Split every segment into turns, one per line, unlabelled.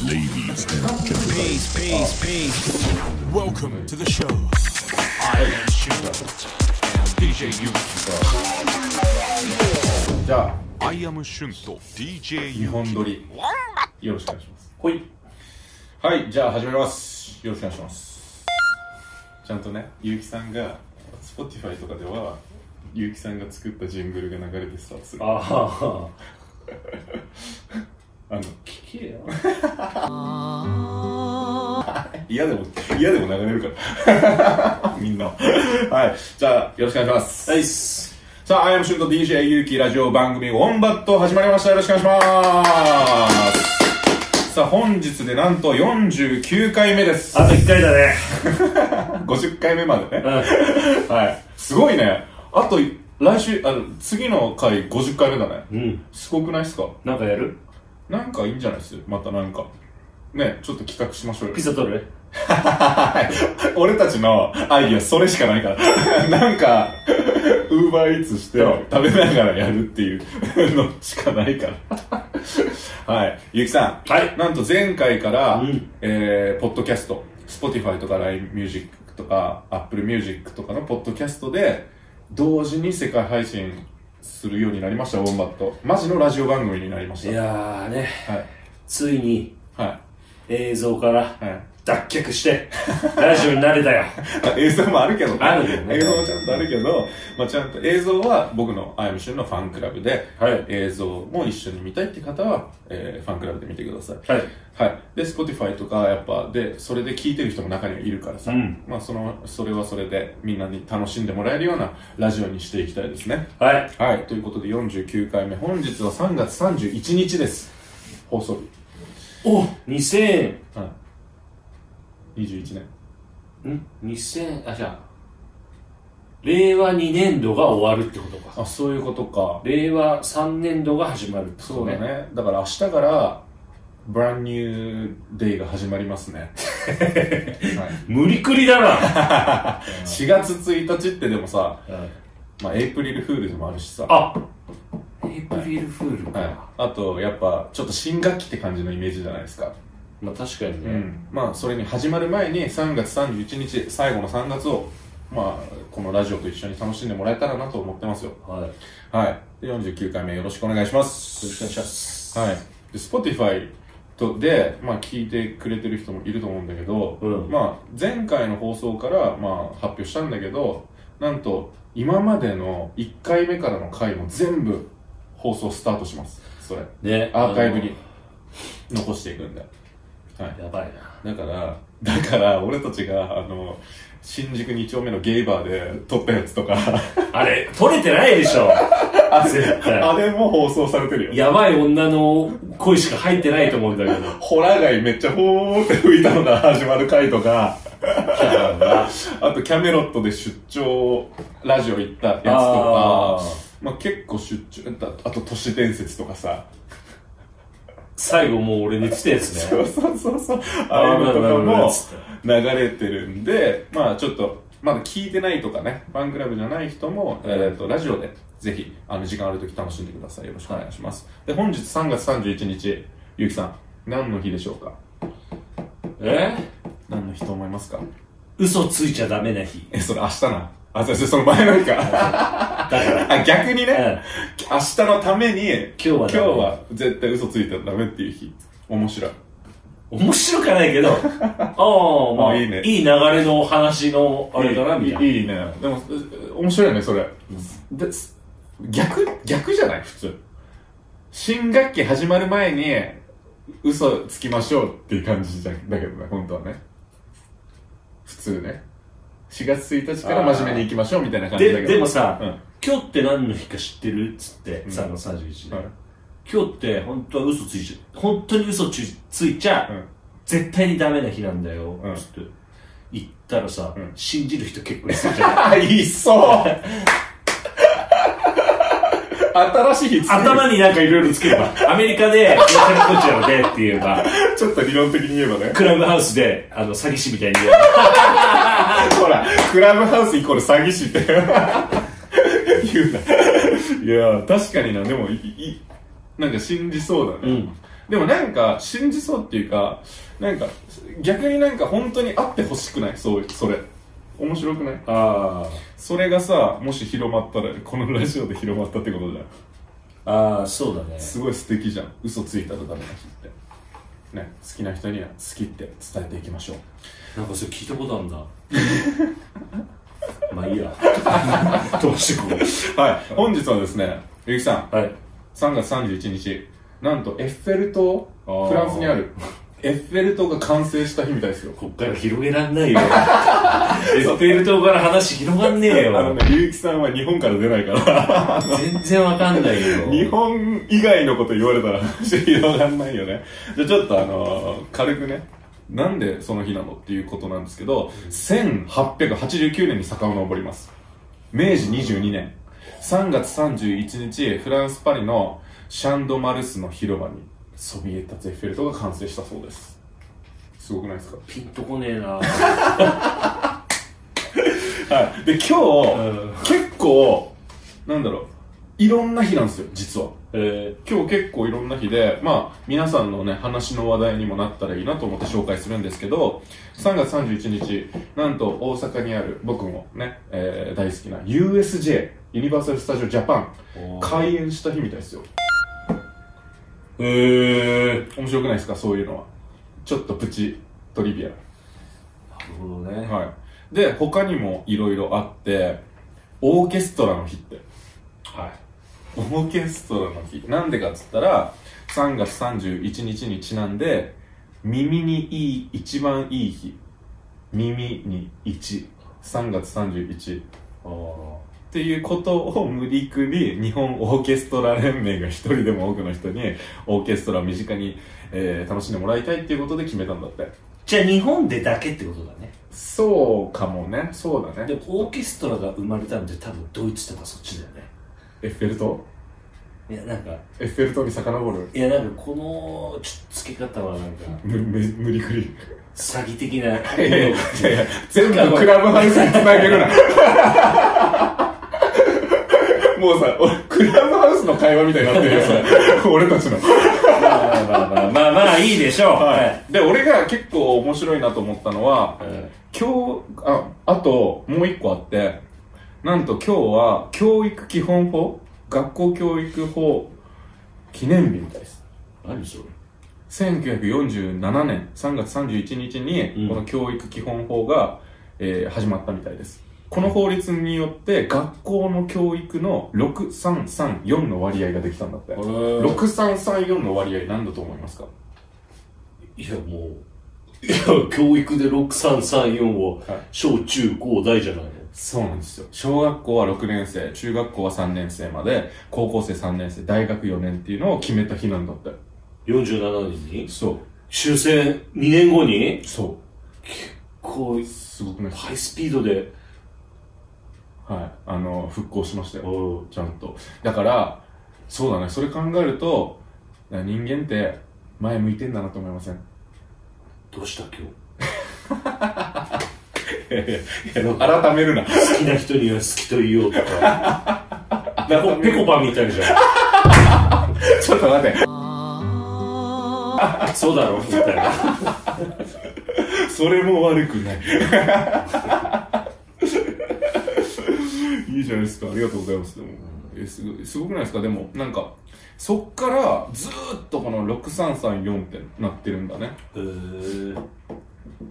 Ladies and gentlemen,
Peace, peace, peace. Welcome to the show. I am Shin. DJ Yuki.
じゃ
I am シュンと DJ
あ、日
Yuki。
本撮り、よろしくお願いします。ほい。はい、じゃあ始めます。よろしくお願いします。ちゃんとね、ゆうきさんが、Spotify とかでは、ゆうきさんが作ったジングルが流れてスタートする。あ
あ
の、
あ、聞けよ。
嫌でも、嫌でも流れる から。みんな。はい、じゃあ、よろしくお願いします。
ナイス。
さあ、アイアムシュンと DJ ゆうきラジオ番組、ウォンバット始まりました。よろしくお願いします。さあ、本日でなんと49回目です。
あと1回だね。
50回目までね
う。ん。
はい。すごいね。あと、来週、あの、次の回50回目だね。
うん。
すごくないですか
なんかやる
なんかいいんじゃないっすまたなんか。ね、ちょっと企画しましょうよ
ピ。ザ取る
俺たちのアイディア、それしかない から。なんか、ウーバーイーツして、食べながらやるっていうのしかない から。はい。ゆきさん。
はい
なんと前回から、
うん
えー、ポッドキャスト、Spotify とか LINE Music とか Apple Music とかのポッドキャストで、同時に世界配信するようになりました、ウォンバット。マジのラジオ番組になりまし
い
た。
やーね、
はい。
ついに
は
映像から
い。はい。
脱却して、ラジオになれたよ。
あ映像もあるけどね。
あるよね
映像もちゃんとあるけど、まあちゃんと映像は僕のアイムシュンのファンクラブで、
はい
映像も一緒に見たいって方は、えーファンクラブで見てください。
はい。
はい。で、Spotify とか、やっぱ、で、それで聞いてる人も中にはいるからさ、
うん
まあその、それはそれでみんなに楽しんでもらえるようなラジオにしていきたいですね。
はい。
はい。ということで49回目、本日は3月31日です。放送日。
お !2000、
はい。21年。
ん ?2000、あ、じゃあ、令和2年度が終わるってことか。
あ、そういうことか。
令和3年度が始まるってこと
そうだ。ね。だから明日から、ブランニューデイが始まりますね。
無理くりだな。
4月1日ってでもさ、
うん
まあ、エイプリルフールでもあるしさ。は
あエイプリルフールか。
い。あと、やっぱ、ちょっと新学期って感じのイメージじゃないですか。
まあ確かに
う
ね。
ん。まあ、それに始まる前に、3月31日、最後の3月を、まあ、このラジオと一緒に楽しんでもらえたらなと思ってますよ。
はい。
はい。で49回目よろしくお願いします。
よろしくお願いします
はい。で、Spotify とで、まあ、聞いてくれてる人もいると思うんだけど、
うん
まあ、前回の放送から、まあ、発表したんだけど、なんと、今までの1回目からの回も全部放送スタートします。それ。
ね。
アーカイブに残していくんだ。はい。
やばいな。
だから、だから、俺たちが、あの、新宿2丁目のゲイバーで撮ったやつ とか、
あれ、取れてないでしょ。絶
あ
対。
れも放送されてるよ。
やばい女の声しか入ってないと思うんだけど。
ホラー街めっちゃほーって吹いたのが始まる回とか、あとキャメロットで出張ラジオ行ったやつとか、
あー
まあ結構出張、あと都市伝説とかさ、
最後もう俺寝てたやつ
そ
ね。
うそうそうそう、ああいうのとか
なるほどなる
も
ほ
流れてるんで、まあちょっと、まだ聞いてないとかね、ファンクラブじゃない人も、えー、とラジオでぜひ、あの時間あるとき楽しんでください。よろしくお願いします。で、本日3月31日、ゆうきさん、何の日でしょうか
え
何の日と思いますか
嘘ついちゃダメな日。
え、それ明日な。あ、それその前の日か。
だから。
あ、逆に
うん
ね、明日のために、今
日はダメ
今日は絶対嘘ついたらダメっていう日。面白い。
面白くはないけど、ああ、ま
あ
あ、
いい
いい
ね
流れの話の、あれだな、みた
い
いな。
いいいね。でも、う面白いね、それ。です逆、逆じゃない普通。新学期始まる前に、嘘つきましょうっていう感じじゃだけどね、本当はね。普通ね。4月1日から真面目に行きましょうみたいな感じだけ
で、
ど。
でもさ
うん、
今日って何の日か知ってるっつって、3月31で
はい。
今日って本当は嘘ついちゃ、本当に嘘ついついちゃ
うん、
絶対にダメな日なんだよ
うん、
つって言ったらさ
ん、
信じる人結構いそうじゃん。
あ、いっそう新しい日作る
頭になんかいろいろつければ、 アメリカで、こっちなのでって言え ば、
ちょっと理論的に言えばね。
クラブハウスで、あの、詐欺師みたいに言えば、
ほら、クラブハウスイコール詐欺師って。言うな。いやー、確かにな、でも、い、い、なんか信じそうだね。
うん
でもなんか信じそうっていうかなんか逆になんか本当にあってほしくないそうそれ面白くない
あ
それがさもし広まったらこのラジオで広まったってことじゃん
あああそうだね
すごい素敵じゃん嘘ついたとダメな人ってね好きな人には好きって伝えていきましょう
なんかそれ聞いたことあるん だまあいいや どうしてこ
はい本日はですねゆきさん
うはい
3月31日なんとエッフェル塔
あー
フランスにあるエッフェル塔が完成した日みたいですよ
こっから広げらん ないよエッフェル塔から話広がんねえ
あの
よ
ねゆうきさんは日本から出ないから
全然わかんないよ
日本以外のこと言われたら広がんないよね じゃあちょっとあのー軽くねなんでその日なのっていうことなんですけど1889年に遡ります明治22年3月31日フランス・パリのシャンドマルスの広場にそびえ立つエッフェル塔が完成したそうですすごくないです
ピンとこねえな
かはいで今日結構なんだろういろんな日なんですよ実は
え
今日結構いろんな日で、まあ、皆さんのね、話の話題にもなったらいいなと思って紹介するんですけど、3月31日、なんと大阪にある、僕もね、えー大好きな USJ、ユニバーサル・スタジオ・ジャパン、
ー、
開園した日みたいですよ。
えー、
面白くないですか、そういうのは。ちょっとプチトリビア。
なるほどね、
はい。で、他にもいろいろあって、オーケストラの日って。
はい
オーケストラの日なんでかっつったら3月31日にちなんで耳にいい一番いい日耳に13月31っ
あー
ていうことを無理くり日本オーケストラ連盟が一人でも多くの人にオーケストラを身近に、えー楽しんでもらいたいっていうことで決めたんだって
じゃあ日本でだけってことだね
そうかもねそうだ
で
ね
もオーケストラが生まれたんで多分ドイツとかそっちだよね
エッフェル塔
いやなんか
エッフェル塔に遡る
いやなんかこのちょっと付け方はなんか
むむ無理 くり
詐欺的ない
やいやいや、全部クラブハウスにつなげるな。 もうさ、俺、クラブハウスの会話みたいになってるよ、それ。 俺たちの。
まあまあまあまあまあいいでしょうはい
で、俺が結構面白いなと思ったのは、今日、あ、あと、もう一個あって、なんと今日は、教育基本法学校教育法記念日みたいです。
何それ
1947年3月31日
うん
にこの教育基本法が、えー始まったみたいですこの法律によって学校の教育の6334の割合ができたんだって6334の割合なんだと思いますか
いやもういや教育で6334を
はい
小中高大じゃないの
そうなんですよ小学校は6年生中学校は3年生まで高校生3年生大学4年っていうのを決めた日なんだって
47年に
そ
終戦2年後に
うそ
こう
うすごくないですか
ハイスピードで
はいあの復興しましたよ
うん
ちゃんとだからそうだねそれ考えると人間って前向いてんだなと思いません
どうした今日
改めるな
好きな人には好きと言お うとかなんかペコパンみたいじゃ
ちょっと待って
んそうだろみたいな
それも悪くないいいじゃないですかありがとうございますでもえすごいすごくないですかでもなんかそっからずーっとこの6334ってなってるんだね
えー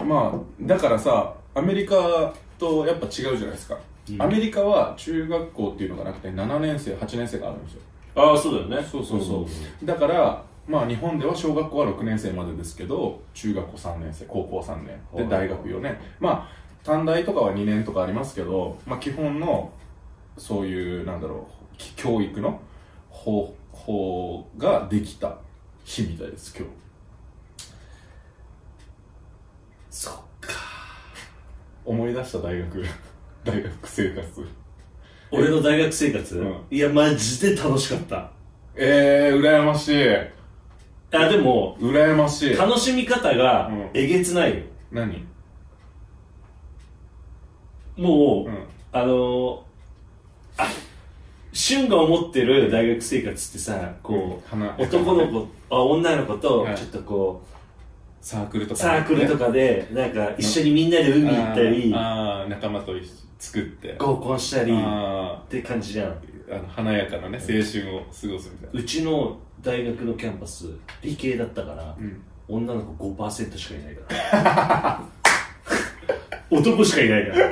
まあだからさアメリカとやっぱ違うじゃないですか、アメリカは中学校っていうのがなくて7年生8年生があるんですよ
ああそうだよね
そうそうそう、だからまあ日本では小学校は6年生までですけど中学校3年生高校は3年
は
で
い
大学4年まあ短大とかは2年とかありますけど、まあ、基本のそういうなんだろうき教育の方法ができた日みたいです今日
そっか
思い出した大学 大学生活
俺の大学生活、
うん
いやマジで楽しかった
えー、羨ましい
あでも
羨ましい
楽しみ方が
うん
えげつないよ、
何
も
う
う、
ん
あのーあ俊が思ってる大学生活ってさ、こ
花
う、男の子、あ女の子と
は、い
ちょっとこ
サークルと
う、
か
サークルとかで、なんか一緒にみんなで海行ったり、
あーあー仲間と一緒に作って
合コンしたり、っ
あ
て感じじゃん。
ーあの華やかなね青春を過ごすみたいな
うちの大学のキャンパス、理系だったから、
ん
女の子5%しかいないから。 男しかいないから。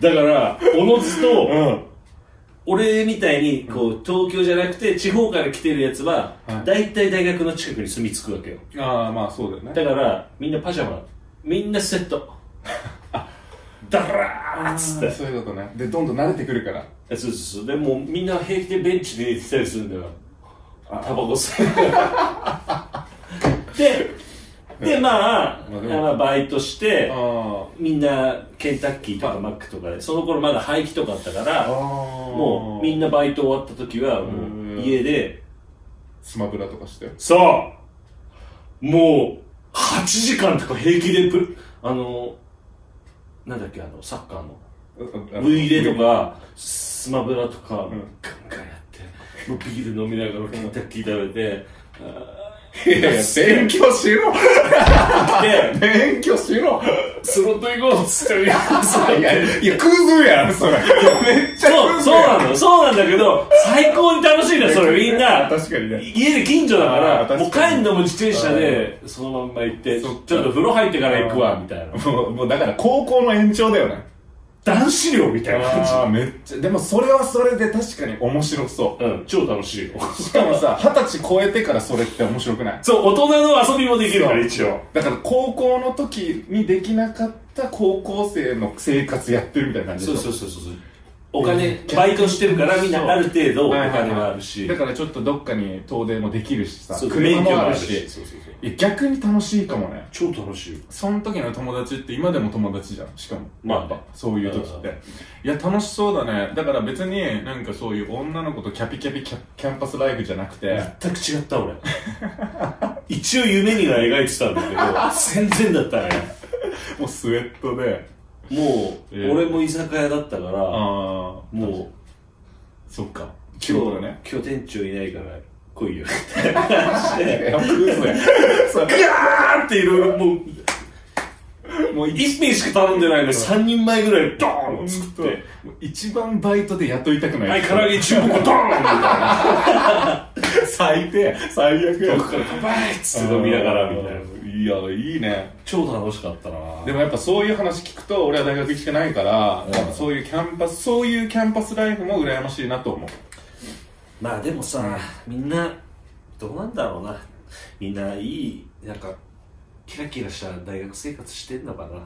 だから、おのずと、
うん
俺みたいにこう東京じゃなくて地方から来てるやつは
はい
大体大学の近くに住み着くわけよ
ああまあそうだよね
だからみんなパジャマみんなセット ダラーっつっ
あー
て
そういうことねでどんどん慣れてくるから
そうそうそうでもうみんな平気でベンチで寝てたりするんだよタバコ吸 うででまあ、
まあでも
まあ、バイトして
あ
みんなケンタッキーとかマックとかでその頃まだ廃棄とかあったから
あ
もうみん
な
なバイト終わった時はもう家で
スマブラとかして
そうもう8時間とか平気でプあのなんだっけあのサッカーの V 入れとかスマブラとか、
ん
ガンガンやってもうビール飲みながらケンタッキー食べて、
いやいや勉強しろ
で
勉強しろ
スロット行こうっつって
いやいやクズやんそれめっちゃ
そう
クズ
そう
やん
なのそうなんだけど最高に楽しいんだよそれみんな
確かにね
家で近所だ
あ
か
ー
らも
確
う帰
かに
んのも自転車でそのまんま行ってち
そ
ょ
っ
っ
か
と風呂入ってから行くわみたいな
もうもうだから高校の延長だよね
男子寮みたいな感じ
ああめっちゃでもそれはそれで確かに面白そ
うん、超楽しいよ。
うしかも さ二十歳超えてからそれって面白くない
そう、大人の遊びもできるから、一応。
だから高校の時にできなかった高校生の生活やってるみたいな感じで
そ
し
う
ょ
そうそうそう。お金、バイトしてるから、みんなある程度お
はいはいはい
金もあるし。
だからちょっとどっかに遠出もできるしさ
そう
車もある
免許もある
し
しそうそうそう
いや逆に楽しいかもね
超楽しいよ。
その時の友達って今でも友達じゃんしかも
まあ
やっぱそういう時っ
う
ていや楽しそうだねだから別になんかそういう女の子とキャピキャピキャキャンパスライフじゃなくて
全く違った、俺。 一応夢には描いてたんだけ ど、全然だったね。
もうスウェットで
もう、
ええ
俺も居酒屋だったから、
ああ
もう、
そっか
今
今日
日、
ね
今日店長いないから来いよ。
いやクズや そう
ガーっていろいろもう、
もう
一品しか頼んでないのに3人前ぐらいドーンっつっ
本当
て。
もう一番バイトで雇いたくない
はい、唐揚げ中国ドーンみたいな。
最低最悪や
僕から乾杯っつって飲みながらみたいな。
いやいいね
超楽しかったな
でもやっぱそういう話聞くと俺は大学行ってないから、やっぱそういうキャンパスそういうキャンパスライフも羨ましいなと思う
まあでもさ、みんな、どうなんだろうな。みんないい、なんか、キラキラした大学生活してんのかな。
ま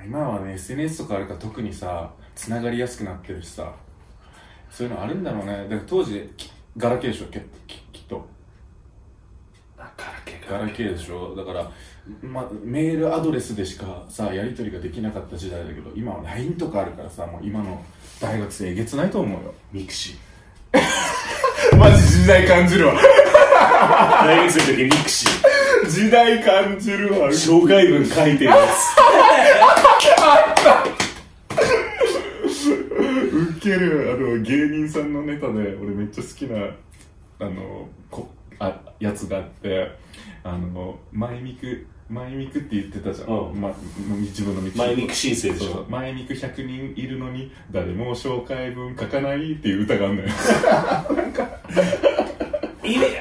あ今はね SNS とかあるから特にさつながりやすくなってるしさそういうのあるんだろうねだから当時きガラケーでしょきききっと
あ、ガラケー
ガ
か。
ラケーでしょだから、ま、メールアドレスでしかさやり取りができなかった時代だけど今は LINE とかあるからさもう今の大学生えげつないと思うよ
ミクシー。
マジ時代感じるわ
大学生の時ミクシー。
時代感じるわ
紹介文書いてるや
ウケるあの芸人さんのネタで俺めっちゃ好きなあのこあやつがあってあの前ミク前ミクって言ってたじゃん、
うん
ま、自分の道
つ。前ミク申請で
そう
し
そ
ょ
う。前ミク100人いるのに誰も紹介文書かないっていう歌があんのよ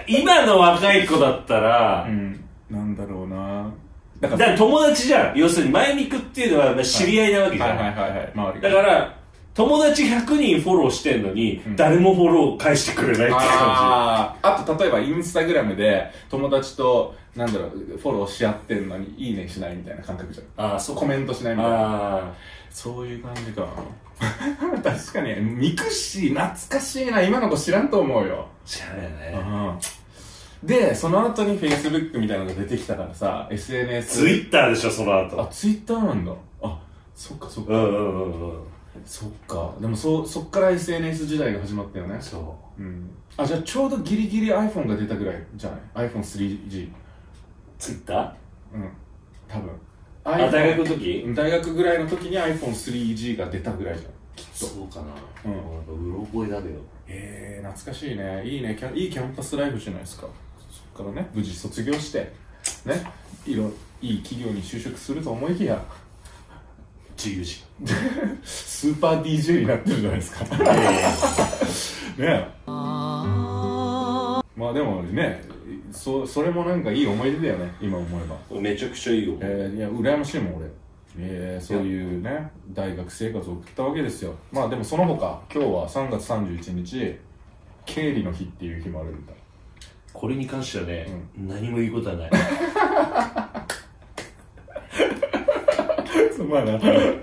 い今の若い子だったら
う、んなんだろうなだか
だ
ら
から友達じゃん。要するに、前ミクっていうのはまあ知り合いなわけじゃん。
はいはいはいはい周りが
だから、友達100人フォローしてんのに、誰もフォロー返してくれないって感
あーあと例えばインスタグラムで友達となんだろうフォローし合ってんのにいいねしないみたいな感覚じゃん
じ。ああ、そ
コメントしないみたいな
あ
そういう感じか 確かにミクシー懐かしいな今の子知らんと思うよ
あ、知らないよ
う
ね。
んでその後にフェイスブックみたいなのが出てきたからさ SNS
ツイッターでしょ、その
あ
後。
ツイッターなんだあそっかそっか、
うんうんうんうん。
そっかでもそそっから SNS 時代が始まったよね
そ
うんあじゃあちょうどギリギリ iPhone が出たぐらいじゃない iPhone3G
う。ツイッター
うん多分
あ、大学の
iPhone
時
大学ぐらいの時に iPhone3G が出たぐらいじゃん
そうかな。
うん
もうやっぱうろ覚えだけど。
えー、懐かしいねいいねキャいいキャンパスライフじゃないですかそっからね無事卒業してねいろいい企業に就職すると思いきや
自由時
スーパー DJ になってるじゃないですかね
間。いやいや
えまあでもねそそれもなんかいい思い出だよね今思えば
めちゃくちゃいいよ。
えー、いや羨ましいもん俺、えー、そういうね大学生活を送ったわけですよまあでもその他今日は3月31日経理の日っていう日もあるんだ
これに関してはね、何も言うことはない。
まあな、あ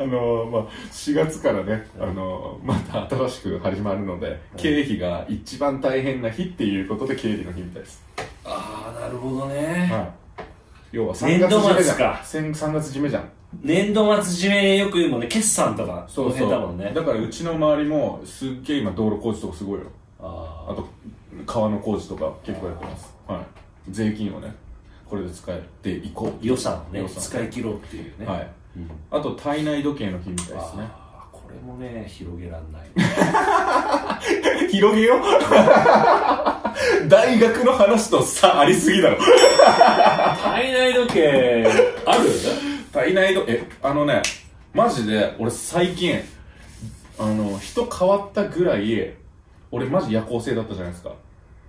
のまあ、4月からね、あのまた新しく始まるので、経費が一番大変な日っていうことで経理の日みたいです。
ああ、なるほどね。
はい。要は3
年
月
度
締めじゃ
末
ん。
か
せん3月締めじゃん。
年度末締めよく言うもんね、決算とか、この辺だもんね。
だからうちの周りもすっげえ今道路工事とかすごいよ。
あ
あと川の工事とか結構やってます。はい。税金をね、これで使っていこ
ー予算をね
予算
使い切ろうっていう
う。
ね。
はい。あと体内時計の日みたいですね。
あーこれもね、広げらんない。
広げよう 大学の話と差ありすぎだろ
体内時計、あ る
体内のえあのねマジで俺最近あの人変わったぐらい俺マジ夜行性だったじゃないですか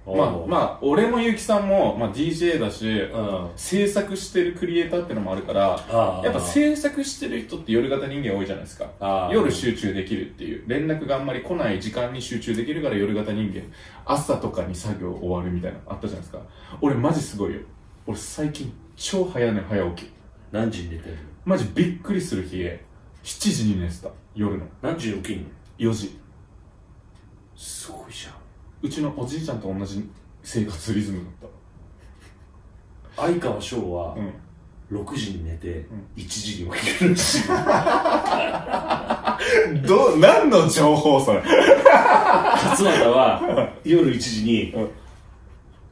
まあまあ俺も結城さんも、まあ、DJ だし、
うん。
制作してるクリエイターってのもあるから
あー
やっぱ制作してる人って夜型人間多いじゃないですか
あー
夜集中できるっていう連絡があんまり来ない時間に集中できるから夜型人間朝とかに作業終わるみたいなのあったじゃないですか俺マジすごいよ俺最近超早寝早起き
何時に寝てるの
マジびっくりする日7時に寝てた夜の
何時に起きんの
4時
すごいじゃん。
うちのおじいちゃんと同じ生活リズムだっ
相川翔は
たうん
6時に寝て1時に起きるらしい
ど何の情報それ
勝俣は夜1時に
うん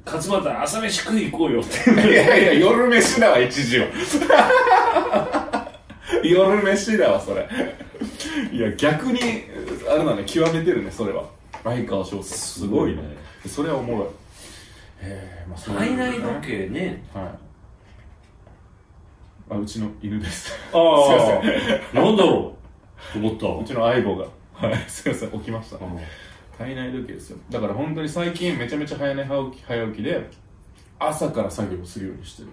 勝俣朝飯食い行こうよって
いやいや、夜飯だわ、一時は。 夜飯だわ、それ。いや、逆に、あれだね、極めてるね、それは。相川翔さん。 すごいね。それはおもろい。えー、まあ、そういう
体
ね
内時計ね
はい。あ、うちの犬です。
あ
すいま
あなんだろうと思った
せん。うちの相棒が。はい、 すいません、起きました。体内時計ですよ。だから本当に最近めちゃめちゃ早寝早起き、早起きで、朝から作業するようにしてる。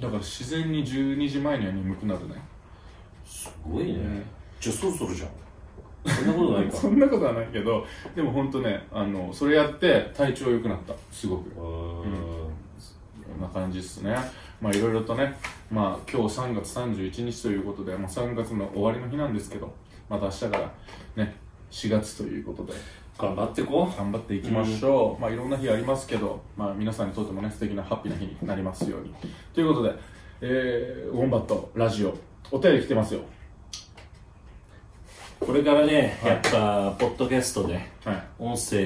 だから自然に12時前には眠くなるね。
すごいねじゃあそろそろじゃんそんなことないか
そんなことはないけど、でも本当ね、あの、それやって体調良くなった。すごく。
うーん
こんな感じっすね。まあいろいろとね、まあ今日3月31日ということで、まあ3月の終わりの日なんですけど、また明日からね、4月ということで、
頑張ってこ
頑張っていきましょう、まあいろんな日ありますけど、まあ皆さんにとってもね素敵なハッピーな日になりますようにということで、えー、ウォンバットラジオお便り来てますよ
うこれからねやっぱポッドキャストで
はい
音声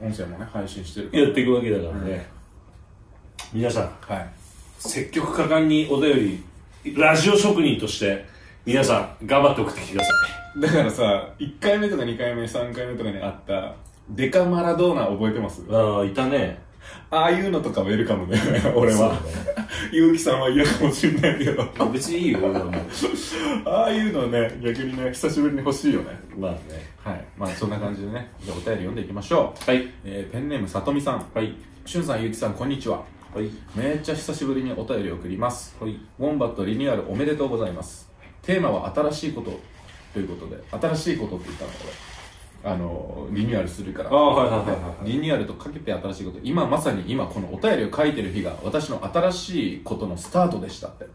音声もね配信してるから
やっていくわけだからね皆さん
はい
積極果敢にお便りラジオ職人として皆さん頑張って送ってきてくださ
だからさ1回目とか2回目3回目とかにあったデカマラドーナ覚えてます
いああいたね
ああいうのとかウェルカムだよね 俺は結城さんは嫌かもしれないけど
別にいいよ俺はもう
ああいうのね逆にね久しぶりに欲しいよね
まあね
はいまあそんな感じでねじゃあお便り読んでいきましょう
はい
えーペンネームさとみさん、
はい
しゅんさん、ゆうきさん、こんにちは。
はい
めっちゃ久しぶりにお便りを送ります。
はい
ウォンバットリニューアルおめでとうございます。テーマは新しいことということで、新しいことって言ったのこれ。あの、リニューアルするから。
あはいはいはいはいはい
リニューアルとかけて新しいこと。今まさに今このお便りを書いてる日が私の新しいことのスタートでしたって。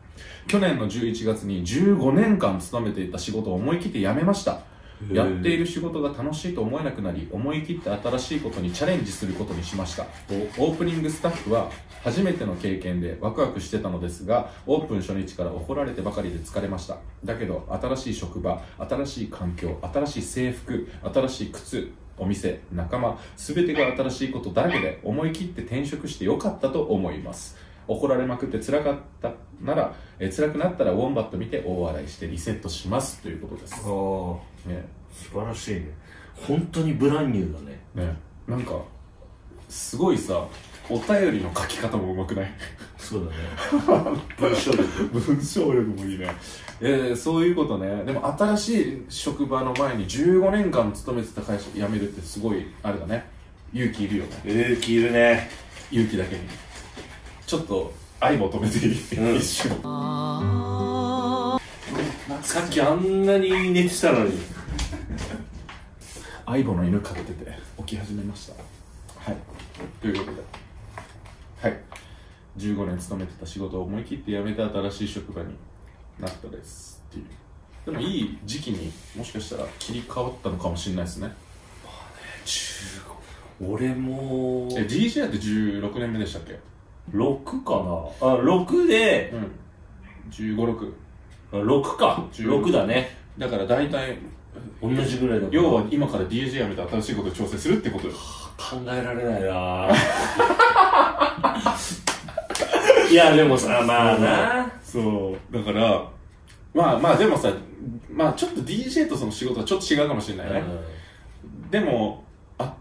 去年の11月に15年間勤めていた仕事を思い切って辞めました。やっている仕事が楽しいと思えなくなり思い切って新しいことにチャレンジすることにしましたおオープニングスタッフは初めての経験でワクワクしてたのですがオープン初日から怒られてばかりで疲れましただけど新しい職場新しい環境新しい制服新しい靴お店仲間全てが新しいことだらけで思い切って転職してよかったと思います怒られまくって辛かったなら、えー辛くなったらウォンバット見て大笑いしてリセットしますということです。
素
ね
晴らしいね本当にブランニューだね
ねなんか、すごいさ、お便りの書き方もうまくない
そうだね文章力
文章力もいいね。えー、そういうことね。でも新しい職場の前に15年間勤めてた会社辞めるってすごい、あれだね。勇気いるよね。
勇気いるね
勇気だけに。ちょっと愛求めていい、
ん
一瞬。
さっきあんなに寝てたのに
アイボの犬かけてて起き始めましたはいということではい15年勤めてた仕事を思い切って辞めて新しい職場になったですっていうでもいい時期にもしかしたら切り替わったのかもしれないですね
俺も
え DJ って16年目でしたっけ
6かなあ6で
うん1516
あ6か
16
6だね
だから大体
同じぐらいだから
要は今から DJ 辞めて新しいことを調整するってことよ
考えられないないやでもさまあな
そうだからまあまあでもさまあちょっと DJ とその仕事はちょっと違うかもしれないね、でもあ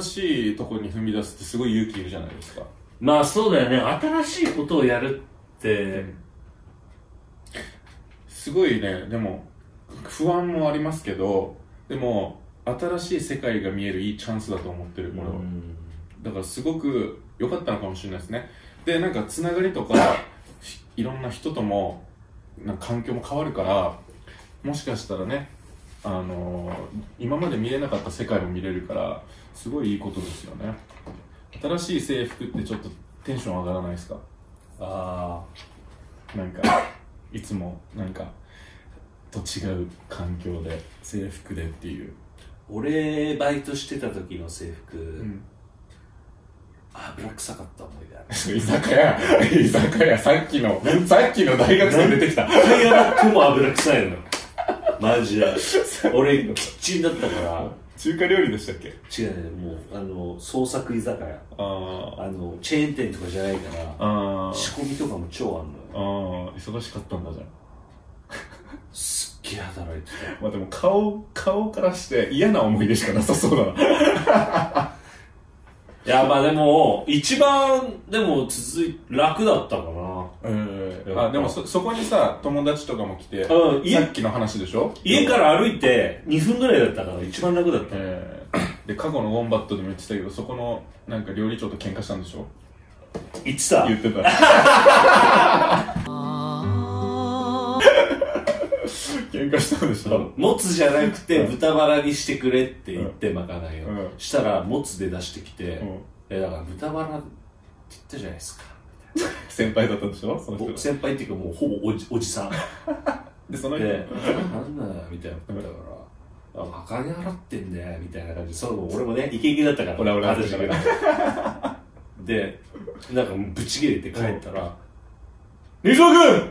新しいとこに踏み出すってすごい勇気いるじゃないですか
まあそうだよね新しいことをやるって
すごいねでも不安もありますけどでも新しい世界が見えるいいチャンスだと思ってる
う
俺は、
ん
だからすごく良かったのかもしれないですねでなんかつながりとかひいろんな人ともなんか環境も変わるからもしかしたらねあのー今まで見れなかった世界も見れるからすごいいいことですよね新しい制服ってちょっとテンション上がらないですか
あ
なんかいつもなんかと違う環境で制服でっていう、
あ俺バイトしてた時の制服、
うん、
あブラック臭かった思い出あ る
居酒屋居酒屋さっきのさっきの大学生出てきた
タイヤラックも油臭いのマジで俺キッチンだったから
中華料理でしたっけ
違うねもうあの創作居酒屋
あ
あのチェーン店とかじゃないから
あ
仕込みとかも超あんのよ
あ忙しかったんだじゃん
すっげえ働いてた
まあでも顔顔からして嫌な思い出しかなさそうだない
やまあでも一番でも続い楽だったか
う
な
んあでもそそこにさ友達とかも来てさ
うん家
っきの話でしょ
家から歩いて2分ぐらいだったから一番楽だった
えーで過去のウォンバットでも言ってたけどそこのなんか料理長と喧嘩したんでしょ
言ってた
言ってた 喧嘩したんでしょ
もつじゃなくて豚バラにしてくれって言ってまかないを
うん
したらもつで出してきて
うん
えだから豚バラって言ったじゃないですか
先輩だったんでしょその人
僕先輩っていうかもうほぼおじおじさん
でその人
で、なんだよみたいなことだから、あ、馬鹿に払ってんだよみたいな感じで、その俺も ね、イケイケだったから、
オラオラだった
私
から
がで、なんかもうぶち切れて帰ったら、西尾君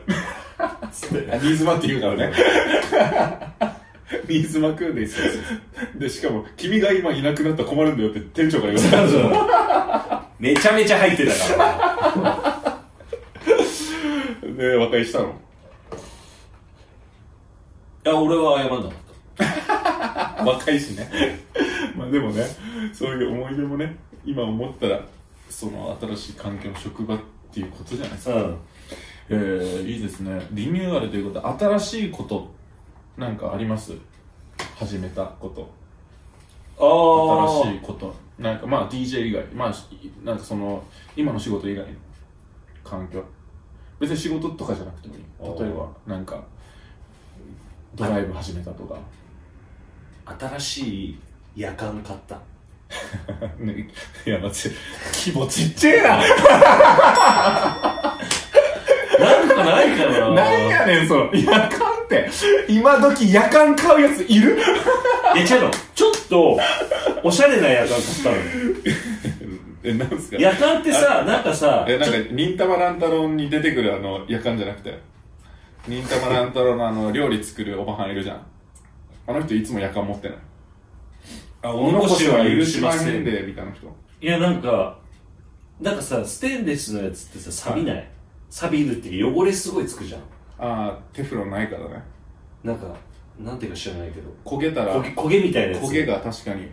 あ新妻って言うから ね新妻くんですよでしかも君が今いなくなったら困るんだよって店長から言われた
めちゃめちゃ入ってたから、
で和解したの
いや、俺は謝んなかっ
若いしねまあでもねそういう思い出もね今思ったらその新しい環境の職場っていうことじゃないですか
た。うん。
えー、いいですねリニューアルということで新しいことなんかあります始めたこと
あ
新しいことなんかまあ DJ 以外まあしなんかその今の仕事以外の環境別に仕事とかじゃなくてもい
あ
い
ー
例えばなんかドライブ始めたとか、
ー新しい夜間買った。
ね いや待って規模ちっちゃいな
なんかないか な
なんやねんその夜間って今時夜間買うやついる
いや、違うの。ちょっと、おしゃれな夜間買ったのよ。
えなんすか
夜間ってさ、なんか さ、
えなんか忍たま乱太郎に出てくるあの夜間じゃなくて忍たま乱太郎のあの料理作るおばはんいるじゃんあの人いつも夜間持ってない
あ、
お
お
残
残し
しは
は許
許
し
し
ま
ま
せ
せ
ん
ん。でみたいな人
いや、なんか、なんかさ、ステンレスのやつってさ、錆びない。錆びるっていうか汚れすごいつくじゃん。
ああ、テフロンないからね。
なんか、なんていうか知らないけど。
焦げたら、
焦げ焦げみたいなやつ。
焦げが確かに。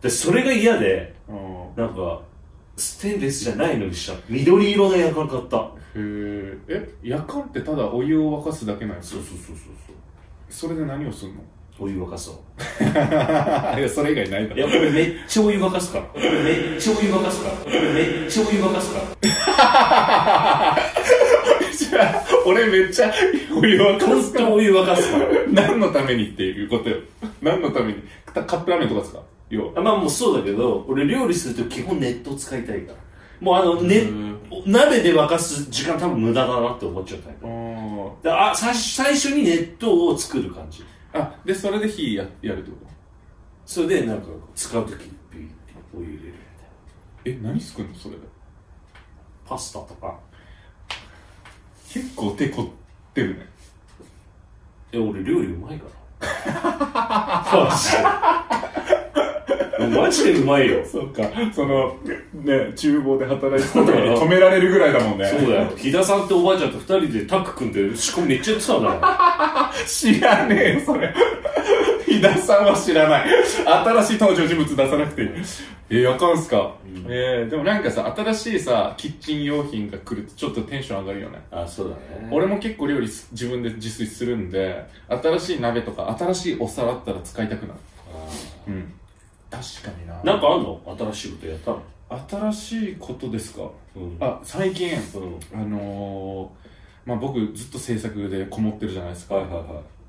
で、それが嫌で、
うん。
なんか、ステンレスじゃないのにした。緑色のやかん買った。
へえ。え、夜間ってただお湯を沸かすだけなんやつ
そうそうそうそうそう。
それで何をすん の
お湯沸かそう。
いや、それ以外ないだ
いや、これめっちゃお湯沸かすから。これめっちゃお湯沸かすから。これめっちゃお湯沸かすから。
俺めっちゃお湯沸か
本
すか
当
ら
にお湯沸かすから。
何のためにっていうことよ何のためにカカップラーメンとかですか要は
あまあもうそうだけど、俺料理すると基本ネット使いたいから。もうあの、ね
ん、
鍋で沸かす時間多分無駄だなって思っちゃうタイプ。
あ
だあ最初最初に熱湯を作る感じ
ーあでそれで火ややるってこと
それでなんか使う時ビーってお湯入れるみたいな
え何作るのそれで
パスタとか
結構手こってるね
え俺料理うまいから マジでマジでうまいよ
そうかそのね厨房で働いてた時に止められるぐらいだもんね
そうだよ飛田さんっておばあちゃんと二人でタッグ組んで仕込みめっちゃやってたんだよ
知らねえよそれ飛田さんは知らない新しい登場人物出さなくていいえー、やかんすか、えーでもなんかさ新しいさキッチン用品が来るとちょっとテンション上がるよね
あそうだね
俺も結構料理す自分で自炊するんで新しい鍋とか新しいお皿あったら使いたくなるうん確かにな
なんかあんの新しいことやったの
新しいことですか
うん
あ最近
うん
あのー、まあ僕ずっと制作でこもってるじゃないですか、
はいはいは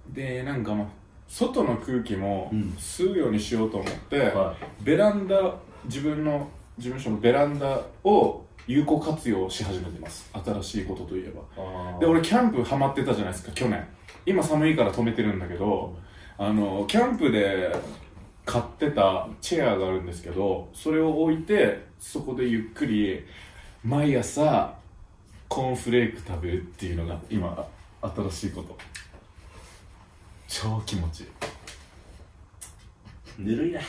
でなんかまあ外の空気も
うん
吸うようにしようと思って、
いは
ベランダ自分の事務所のベランダを有効活用し始めてます新しいことといえば
い
で俺キャンプハマってたじゃないですか去年今寒いから止めてるんだけどあのキャンプで買ってたチェアがあるんですけどそれを置いてそこでゆっくり毎朝コーンフレーク食べるっていうのが今新しいこと超気持ちいい
ぬるいな